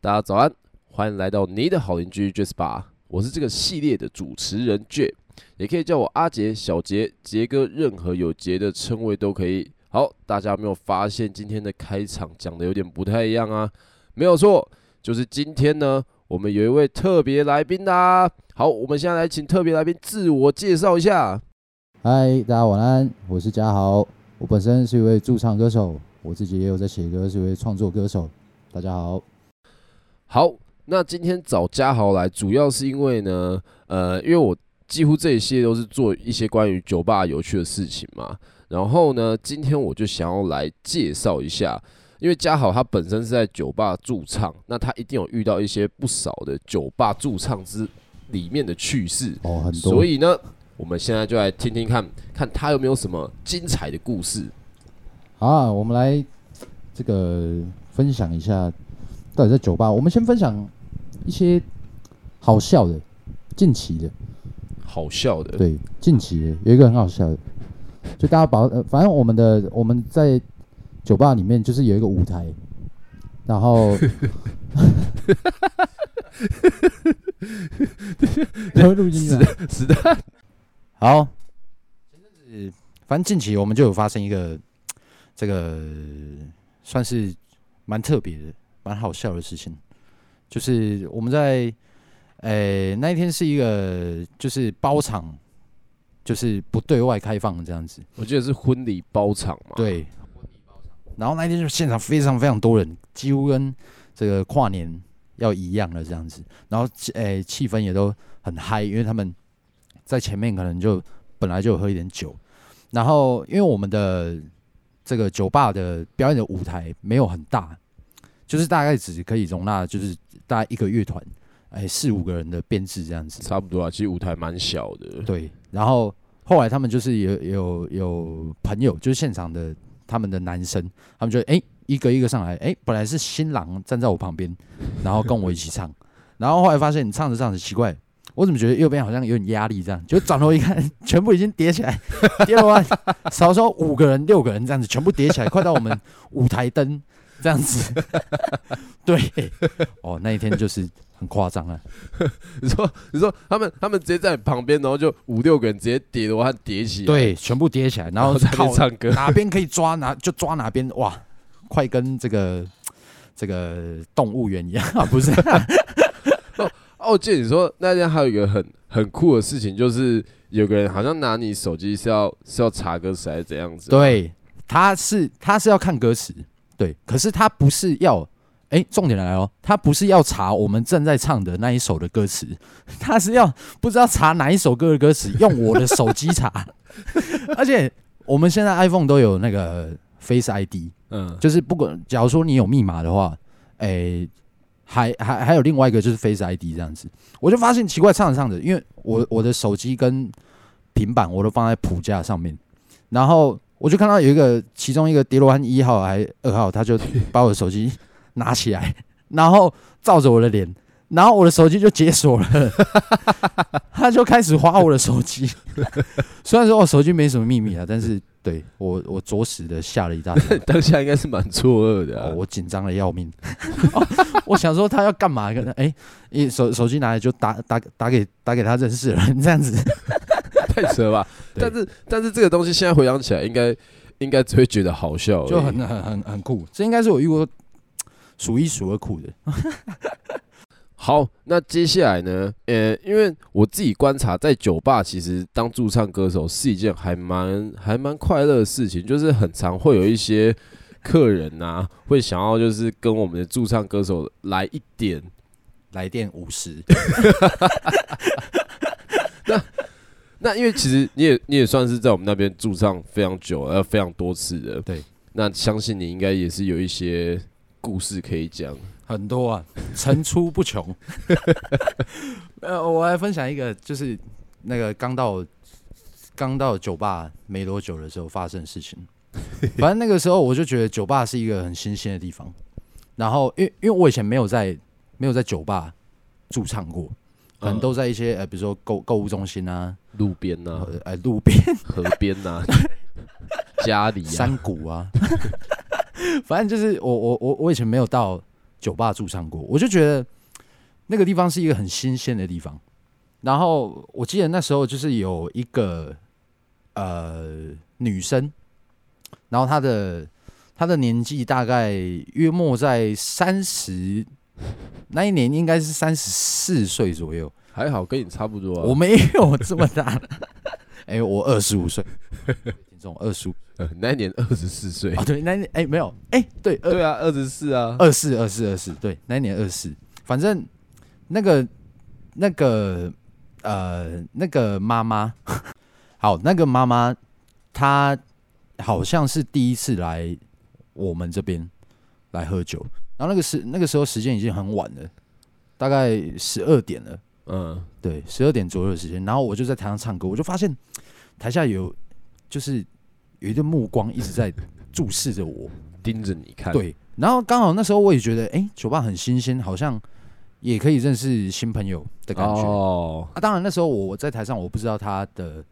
大家早安，欢迎来到你的好邻居 j a s p a 我是这个系列的主持人 J，也可以叫我阿杰、小杰、杰哥，任何有杰的称谓都可以。好，大家有没有发现今天的开场讲的有点不太一样啊？没有错，就是今天呢，我们有一位特别来宾啦。好，我们现在来请特别来宾自我介绍一下。嗨，大家晚安，我是嘉豪。我本身是一位驻唱歌手，我自己也有在写歌，是一位创作歌手。大家好，好，那今天找嘉豪来，主要是因为呢，呃，因为我几乎这一系列都是做一些关于酒吧有趣的事情嘛。然后呢，今天我就想要来介绍一下，因为嘉豪他本身是在酒吧驻唱，那他一定有遇到一些不少的酒吧驻唱之里面的趣事。哦，很多，所以呢，我们现在就来听听看，看他有没有什么精彩的故事。好啊，我们来这个分享一下，到底在酒吧，我们先分享一些好笑的，近期的，好笑的，对，近期的有一个很好笑的，就大家把呃，反正我们的我们在酒吧里面就是有一个舞台，然后，你会录进来？啊是的，好，前阵子反正近期我们就有发生一个这个算是蛮特别的、蛮好笑的事情，就是我们在呃、那一天是一个就是包场，就是不对外开放这样子，我记得是婚礼包场嘛。，对。然后那一天就现场非常非常多人，几乎跟这个跨年要一样了这样子。然后气诶气氛也都很嗨，因为他们在前面可能就本来就有喝一点酒，然后因为我们的这个酒吧的表演的舞台没有很大，就是大概只可以容纳就是大概一个乐团，哎四五个人的编制这样子。差不多啊。其实舞台蛮小的。对，然后后来他们就是有有有朋友，就是现场的他们的男生，他们就哎、一个一个上来，哎、本来是新郎站在我旁边，然后跟我一起唱，然后后来发现你唱着唱着奇怪。我怎么觉得右边好像有点压力？这样，就转头一看， 全部已经叠起来，叠完，少说五个人、六个人这样子，全部叠起来，快到我们舞台灯这样子。 对，哦，那一天就是很夸张啊了。 你说，你说他们他们直接在你旁边，然后就五六个人直接叠的话叠起来，，对，全部叠起来，然然后后在那靠边唱 歌，哪边可以抓哪就抓哪边，哇，快跟这个这个动物园一样， 不是？哦，我记得你说那天还有一个很很酷的事情，就是有个人好像拿你手机是要是要查歌词还是怎样子？，对，他是他是要看歌词，对，可是他不是要，哎、重点来哦，他不是要查我们正在唱的那一首的歌词， 他是要不知道查哪一首歌的歌词，用我的手机查， 而且我们现在 iPhone 都有那个 Face ID，嗯， 就是不管，假如说你有密码的话，诶、还还还有另外一个就是 Face ID 这样子，我就发现奇怪，唱着唱着，因为我我的手机跟平板我都放在谱架上面，然后我就看到有一个其中一个叠罗汉一号还二号，他就把我的手机 拿起来，然后照着我的脸，然后我的手机就解锁了， 他就开始划我的手机。 虽然说我哦手机没什么秘密啊，但是对我我着实的吓了一大跳。当下应该是蛮错愕的、啊哦，我紧张的要命、 哦我想说他要干嘛？可能哎，一、手手机拿来就打打打给打给他认识的人这样 子。 太扯了吧？ 对但是但是这个东西现在回想起来应该应该只会觉得好笑而已，就很很很很酷。这应该是我遇过数一数二酷的。好，那接下来呢？呃，因为我自己观察，在酒吧其实当驻唱歌手是一件还蛮还蛮快乐的事情，就是很常会有一些客人呐、会想要就是跟我们的驻唱歌手来一点。来电五十，那因为其实你也你也算是在我们那边驻唱非常久，呃，非常多次的。对，那相信你应该也是有一些故事可以讲。很多啊，层出不穷。呃，我来分享一个，就是那个刚到刚到酒吧没多久的时候发生的事情。反正那个时候我就觉得酒吧是一个很新鲜的地方，然后因为因为我以前没有在没有在酒吧驻唱过，可能嗯都在一些呃，比如说购购物中心啊，路边 呐、呃呃，路边、河边 呐、家里啊，山谷啊， 反正就是我我我我以前没有到酒吧驻唱过，我就觉得那个地方是一个很新鲜的地方。然后我记得那时候就是有一个呃女生，然后她的她的年纪大概约莫在三十，那一年应该是三十四岁左右。还好跟你差不多啊。我没有这么大， 哎、我二十五岁，听众二十五呃 那一年二十四岁哦，，对，那一年哎、没有哎、 对二对啊，二十四啊，二四二四二四，对，那一年二四，反正那个那个呃那个妈妈， 好，那个妈妈她好像是第一次来我们这边来喝酒，然后那个时那个时候时间已经很晚了，大概十二点了。嗯，对，十二点左右的时间，然后我就在台上唱歌，我就发现台下有就是有一个目光一直在注视着我，盯着你看。，对，然后刚好那时候我也觉得，哎、酒吧很新鲜，好像也可以认识新朋友的感觉。哦，啊，当然那时候我在台上，我不知道他的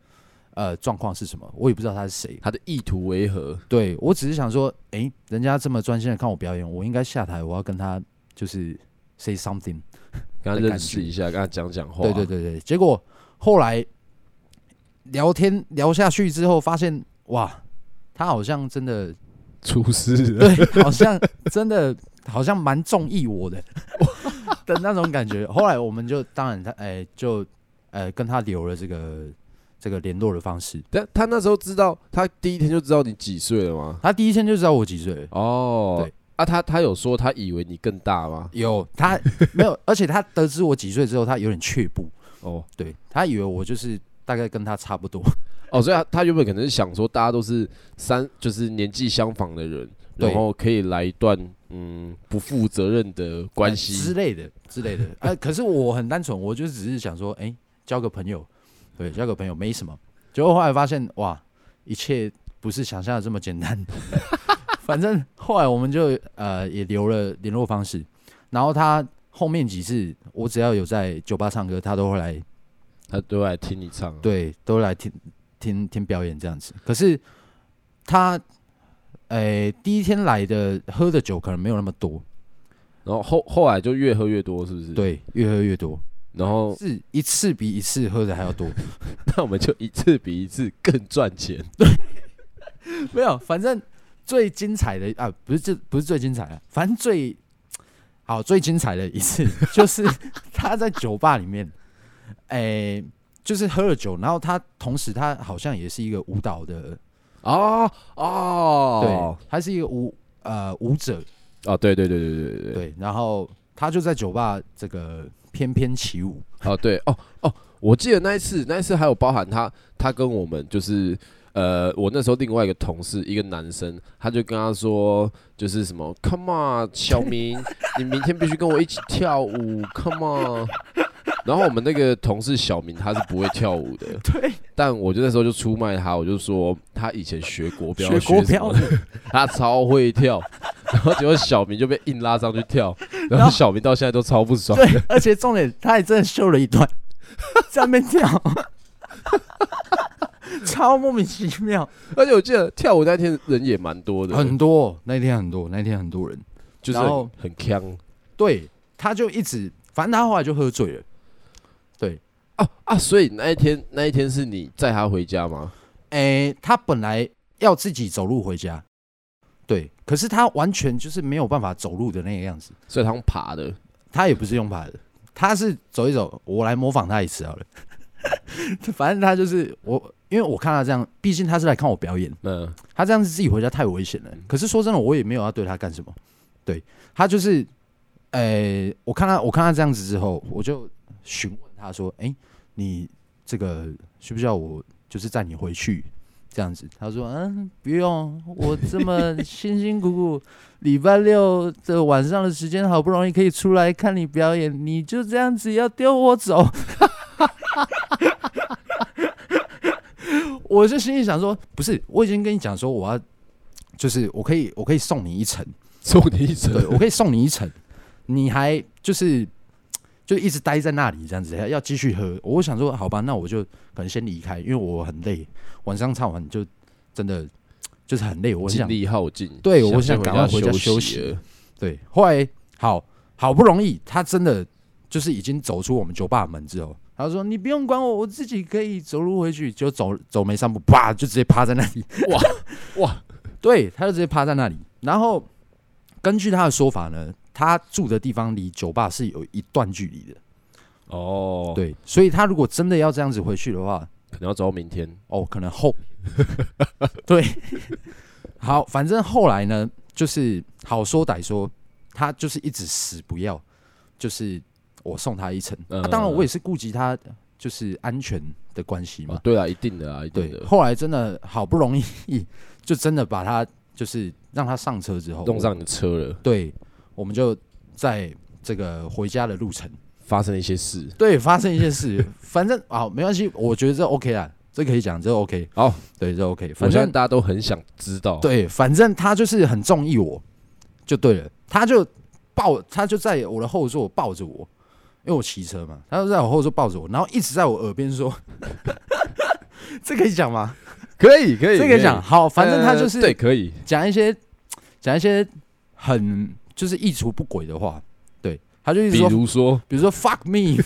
呃状况是什么，我也不知道他是谁，他的意图为何？对我只是想说，哎、人家这么专心的看我表演，我应该下台，我要跟他就是 say something。跟他的认感识一下，跟他讲讲话。对对对对，结果后来聊天聊下去之后，发现哇，他好像真的，出事了。对， 好像真的好像蛮中意我的 的那种感觉。后来我们就当然他哎、就呃跟他留了这个这个联络的方式。 但他那时候知道，他第一天就知道你几岁了吗？他第一天就知道我几岁了，哦，对啊，他他有说他以为你更大吗？有他没有？而且他得知我几岁之后，他有点却步，哦对他以为我就是大概跟他差不多。哦，所以他他原本可能是想说，大家都是三，就是年纪相仿的人，对然后可以来一段嗯不负责任的关之系。类的之类的。 呃，可是我很单纯，我就只是想说，哎、交个朋友，对，交个朋友没什么。结果后来发现，哇，一切不是想象的这么简单。 反正后来我们就呃也留了联络方式，然后他后面几次我只要有在酒吧唱歌，他都会来，他都来听你唱，，对，都来听听听表演这样子。可是他。诶、第一天来的喝的酒可能没有那么多，然后后后来就越喝越多，是不是？，对，越喝越多，然 后是一次比一次喝的还要多。那我们就一次比一次更赚钱。 没有，反正最精彩的啊，不是这不是最精彩啊，反正最好最精彩的一次 就是他在酒吧里面，哎、就是喝了酒，然后他同时他好像也是一个舞蹈的，哦哦，对，他是一个舞呃舞者，对，哦，对对对对对对对，对，然后他就在酒吧这个翩翩起舞，哦对哦哦，我记得那一次，那一次还有包含他，他跟我们就是。呃，我那时候另外一个同事，一个男生，他就跟他说，就是什么，Come on，小 明，你明天必须跟我一起跳舞，Come on。然后我们那个同事小明他是不会跳舞的，对，但我就那时候就出卖他，我就说他以前学国标，学国标什么的他超会跳，然后结果小明就被硬拉上去跳，然然后后小明到现在都超不爽。对，而且重点他还真的秀了一 段，在那边跳，超莫名其妙。而且我记得跳舞那天人也蛮多的，很多，那天很多，那天很多人。就是然后很很呛对，他就一直，反正他后来就喝醉了。啊啊！所以那一天那一天是你载他回家吗？诶、他本来要自己走路回家，对，可是他完全就是没有办法走路的那个样子。所以他们爬的，他也不是用爬的，他是走一走。我来模仿他一次好了。 反正他就是我，因为我看他这样，毕竟他是来看我表演， 嗯，他这样子自己回家太危险了。可是说真的，我也没有要对他干什么。对他就是，呃，我看他，我看他这样子之后，我就询问他说：“哎、你这个需不需要我就是载你回去？”这样子，他说：“嗯，不用，我这么辛辛苦苦，礼拜六的晚上的时间好不容易可以出来看你表演，你就这样子要丢我走。” 我就心里想说，不是，我已经跟你讲说，我要就是我可以，我可以送你一程，送你一程对我可以送你一程，你还就是就一直待在那里这样子，要继续喝。我想说，好吧，那我就可能先离开，因为我很累，晚上唱完就真的就是很累，我很精想力耗尽。对我想想赶快回回家休休息息了。对，后来好好不容易，他真的就是已经走出我们酒吧门之后，他说：“你不用管我，我自己可以走路回去。”就走走没三步，啪就直接趴在那里。 哇哇！对，他就直接趴在那里。然后根据他的说法呢，他住的地方离酒吧是有一段距离的。哦，，对，所以他如果真的要这样子回去的话，可能要走到明天。哦，可能后 对，好，反正后来呢，就是好说歹说，他就是一直死不要，就是我送他一程。嗯啊、当然，我也是顾及他就是安全的关系嘛。哦，对啊，一定的啊，一定对，的。后来真的好不容易，就真的把他就是让他上车之后，弄上你的车了，对，我们就在这个回家的路程，发生了一些事。对，发生一件事，反正啊，没关系，我觉得这 OK 啊，这可以讲，这 OK，好，对，这 OK，我反相正信大家都很想知道。，对，反正他就是很中意我，就对了，他就抱，他就在我的后座抱着我，因为我骑车嘛，他就在我后座抱着我，然后一直在我耳边说， 这可以讲吗？可以可以，这可以讲，好，反正他呃就是对，可以。讲一些讲一些很就是意图不轨的话，对，他就一直比说，如说，比如说 fuck me。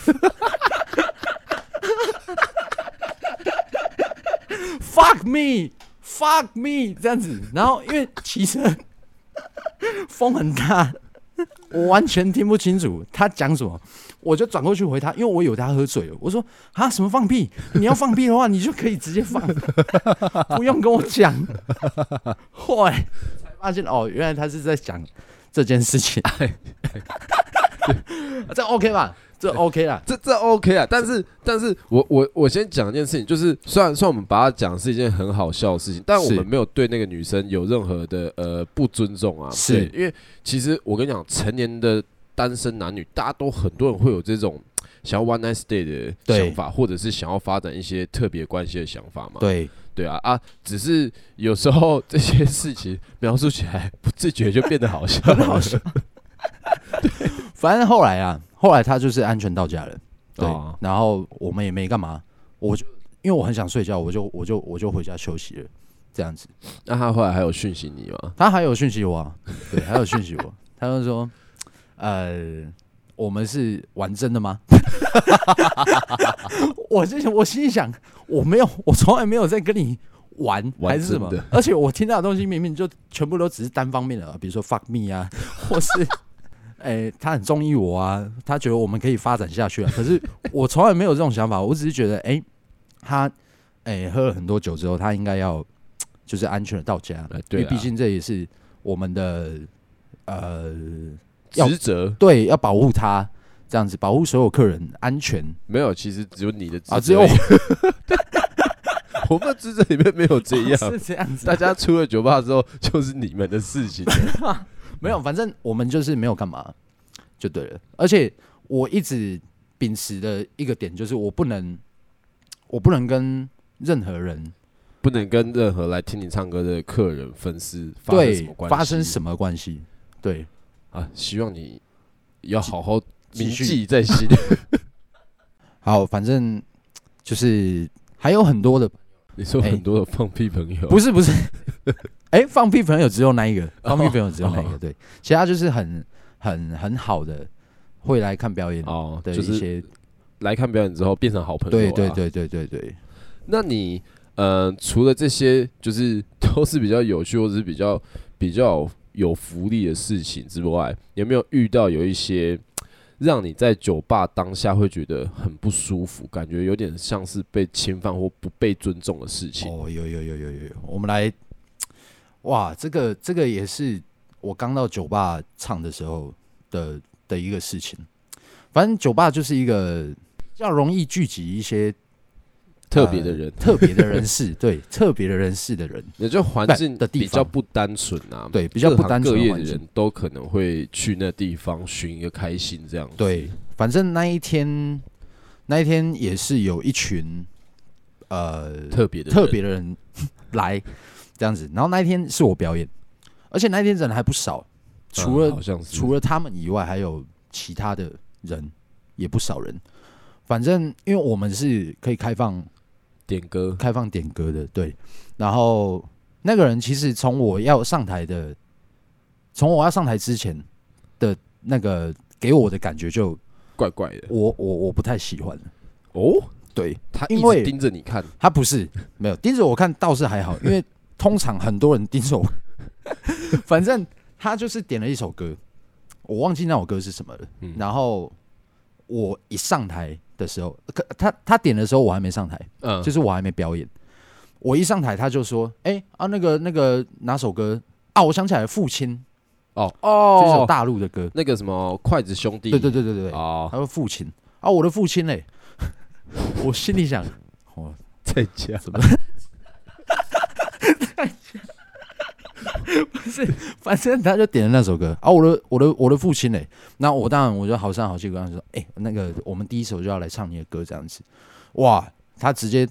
fuck me fuck me 这样子，然后因为骑车风很大，我完全听不清楚他讲什么，我就转过去回他，因为我以为他喝醉了，我说啊什么放屁？你要放屁的话，你就可以直接放，不用跟我讲。后来才发现哦，原来他是在讲这件事情，啊这 OK 吧？这 OK 啦。这这 OK 啊，但是但是我我我先讲一件事情，就是虽然虽然我们把它讲是一件很好笑的事情，但我是们没有对那个女生有任何的呃不尊重啊，是对因为其实我跟你讲，成年的单身男女，大家都很多人会有这种想要 one night stay 的对想法，或者是想要发展一些特别关系的想法嘛，对，对啊啊，只是有时候这些事情描述起来不自觉就变得好笑，很好笑。反正后来啊，后来他就是安全到家了，对，哦然后我们也没干嘛，我就因为我很想睡觉，我就我就我就回家休息了，这样子。 那他后来还有讯息你吗？他还有讯息我、啊，对，还有讯息我， 他就说，呃，我们是玩真的吗？ 我心想，我心里想，我没有，我从来没有在跟你玩玩还是什么真的，而且我听到的东西明明就全部都只是单方面的啊，比如说 fuck me 啊， 或是。哎、他很中意我啊，他觉得我们可以发展下去啊。可是 我从来没有这种想法，我只是觉得，哎、他，哎、喝了很多酒之后，他应该要就是安全的到家。哎因对为啦毕竟这也是我们的呃，要职责对，要保护他，这样子保护所有客人安全没有，其实只有你的职责啊，只有而我已 我们的职责里面没有这 样。是啊这样子大，家出了酒吧之后，就是你们的事情了。没有，反正我们就是没有干嘛就对了。而且我一直秉持的一个点就是，我不能，我不能跟任何人不能跟任何来听你唱歌的客人、粉丝发生什对么关系。发生什么关系，对，啊？希望你要好好铭继续记在心。 哎好，反正就是还有很多的你说哎很多的放屁朋友，不是不 是，哎、放屁朋友只有那一个，放屁朋友只有那一哦个，对，其他就是很很很好的会来看表演哦，的就一是些，来看表演之后变成好朋友。啊对对。对对对对，那你呃，除了这些，就是都是比较有趣或者是比较比较有福利的事情之外，有没有遇到有一些让你在酒吧当下会觉得很不舒服，感觉有点像是被侵犯或不被尊重的事情？哦，有有有有有有，我们来，哇，这个这个也是我刚到酒吧唱的时候的的一个事情，反正酒吧就是一个比较容易聚集一些特别的人， 呃特别的人士，对，特别的人士的人。也就环境不的地比较方不单纯啊，对比较不单各纯行的各业的环境人都可能会去那地方寻一个开心，这样子对，反正那一天，那一天也是有一群呃特别的特人别的人 来这样子，然后那一天是我表演，而且那一天人还不少，除嗯了、好像是除了他们以外，还有其他的人也不少人。反正因为我们是可以开放点歌，开放点歌的，对。然后那个人其实从我要上台的，从我要上台之前的那个给我的感觉就，怪怪的我我我不太喜欢。哦。对他因一直为盯着你看，他不是没有盯着我看倒是还好，因为通常很多人盯着我， 反正他就是点了一首歌，我忘记那首歌是什么了。嗯然后我一上台的时候，可他他点的时候我还没上台，嗯，就是我还没表演。我一上台，他就说：“哎、啊，那个那个哪首歌啊？我想起来，《父亲哦》这首哦，大陆的歌。那个什么筷子兄弟，对对对对对对，哦，他说《父亲》啊，我的父亲嘞。 我心里想，我在家什么？反正他就点了那首歌啊，我的我的我的父亲嘞。那我当然我就好声好气跟他说：哎、那个我们第一首就要来唱你的歌这样子。哇，他直接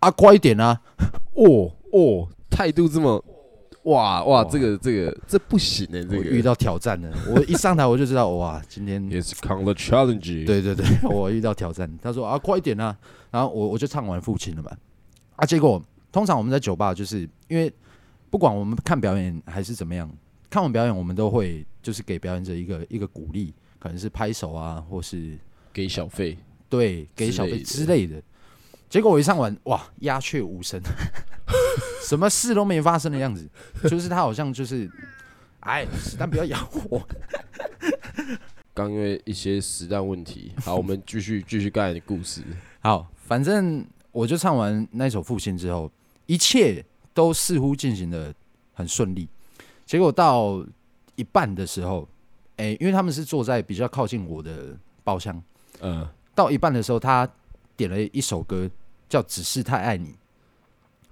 啊，快一点啊！哦哦，态度这么，哇哇，哇这个这个这不行哎，这我个遇到挑战了，我一上台我就知道，哇，今天 Yes, come the challenge。，对对对，我遇到挑战，他说啊，快一点啊，然后我我就唱完父亲了嘛，啊，结果通常我们在酒吧就是因为不管我们看表演还是怎么样，看完表演我们都会就是给表演者一个一个鼓励，可能是拍手啊，或是给小费，对给小费之之类的。结果我一上完，哇，鸦雀无 声，什么事都没发生的样子，就是他好像就是，哎，子弹不要咬我，刚因为一些实战问题， 好，我们继续继续刚才的故事。好，反正我就唱完那首《父亲》之后，一切都似乎进行的很顺利。结果到一半的时候，哎、因为他们是坐在比较靠近我的包厢，嗯，到一半的时候，他点了一首歌叫《只是太爱你》，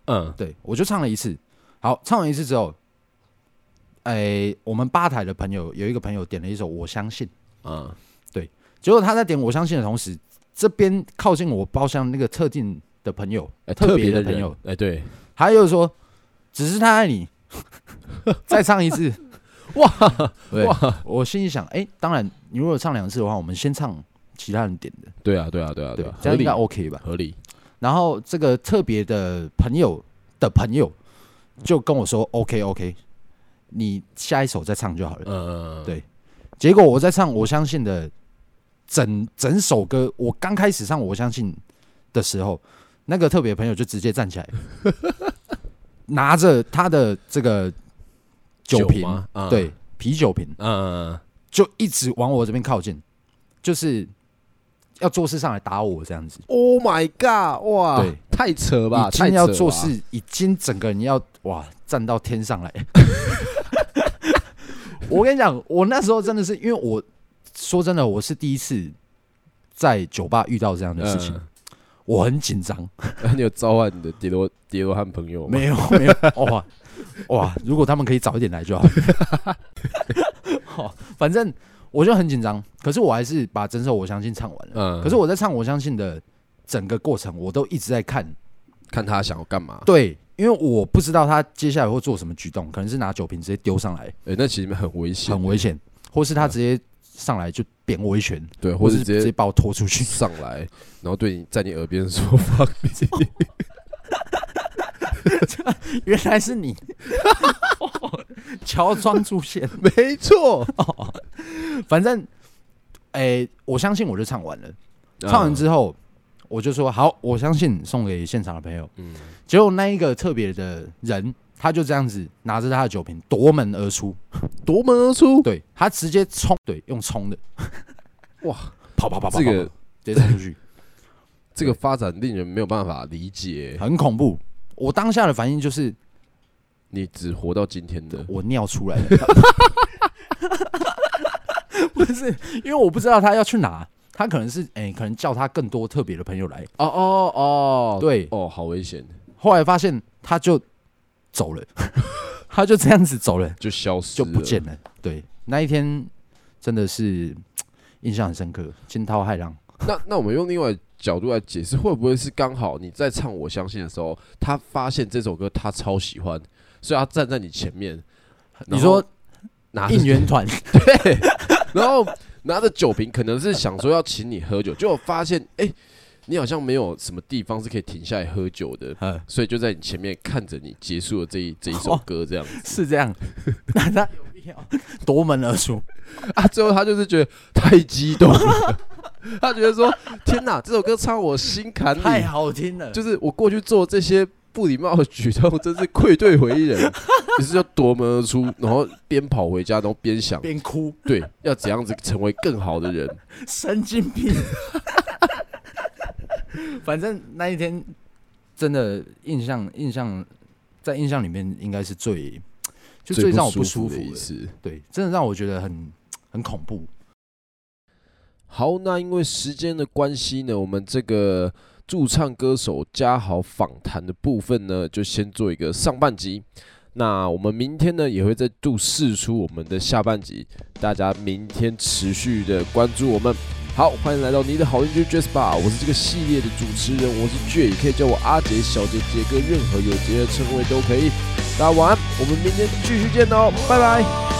嗯，对我就唱了一次。好，唱完一次之后，哎、我们吧台的朋友有一个朋友点了一首《我相信》。啊，结果他在点我相信的同时，这边靠近我包厢那个特定的朋友，哎特别的人朋友，哎，对，还有说只是他爱你， 再唱一次，哇哇！我心里想，哎、当然你如果唱两次的话，我们先唱其他人点的，对啊，对啊，对啊，对啊吧，？这合样应理该 OK 吧？合理，然后这个特别的朋友的朋友就跟我说，OK OK，你下一首再唱就好了。嗯，对结果我在唱《我相信》的整整首歌，我刚开始唱《我相信》的时候，那个特别朋友就直接站起来， 拿着他的这个酒瓶，吗？啊对，，啤酒瓶，嗯，就一直往我这边靠近，就是要做事上来打我这样子。 Oh my god！哇对，太扯吧，已太经扯啊要吧做，事，已经整个人要哇站到天上来。 我跟你讲，我那时候真的是因为我说真的，我是第一次在酒吧遇到这样的事情，我很紧张。嗯。你有召唤你的叠罗叠罗汉朋友吗？没有没有，哇哇！如果他们可以早一点来就好。 好，反正我就很紧张，可是我还是把整首《我相信》唱完了。嗯，可是我在唱《我相信》的整个过程，我都一直在看看他想要干嘛？对，因为我不知道他接下来会做什么举动，可能是拿酒瓶直接丢上来，哎，那其实很危险很，危险，或是他直接上来就扁我一拳，对，嗯或或者是直直接接把我拖出 去。上来，然后对你在你耳边说 fuck me，原来 是你，乔装出现。没错，反正，哎、我相信我就唱完了，嗯唱完之后。我就说好，我相信送给现场的朋友。嗯，结果那一个特别的人，他就这样子拿着他的酒瓶夺门而出，夺门而出，对他直接冲，对，用冲的，哇，跑跑跑跑，这个跑直接冲出去。这个发展令人没有办法理解。很恐怖。我当下的反应就是你只活到今天的，我尿出来了， 不是因为我不知道他要去哪，他可能是哎、可能叫他更多特别的朋友来。哦哦哦对，对，哦，好危险，后来发现他就走了，他就这样子走了，就消失就不了见了。对，那一天真的是印象很深刻，惊涛骇浪。那那我们用另外角度来解释，会不会是刚好你在唱《我相信》的时候，他发现这首歌他超喜欢，所以他站在你前面，啊你说拿着应援团 然后拿着酒瓶，可能是想说要请你喝酒，结果发现哎、你好像没有什么地方是可以停下来喝酒的，嗯所以就在你前面看着你结束了这 一这一首哦歌这样子、 是这样，那他 夺门而出，啊。最后他就是觉得太激动了， 他觉得说天哪，这首歌唱我心坎 太里，好听了，就是我过去做这些不礼貌的举动， 真是愧对回忆人。于是就夺门而出，然后边跑回家，然后边想，边哭，对，要怎样子成为更好的人。神经病。 反正那一天真的印象印象在印象里面应该是最就最让我不舒服的一的，次。对，真的让我觉得很很恐怖。好，那因为时间的关系呢，我们这个驻唱歌手嘉豪访谈的部分呢，就先做一个上半集。那我们明天呢，也会再度试出我们的下半集，大家明天持续的关注我们。好，欢迎来到你的好邻居 j e s p a 我是这个系列的主持人，我是倔，也可以叫我阿杰、小杰、杰哥，任何有杰的称谓都可以。大家晚安，我们明天继续见哦，拜拜。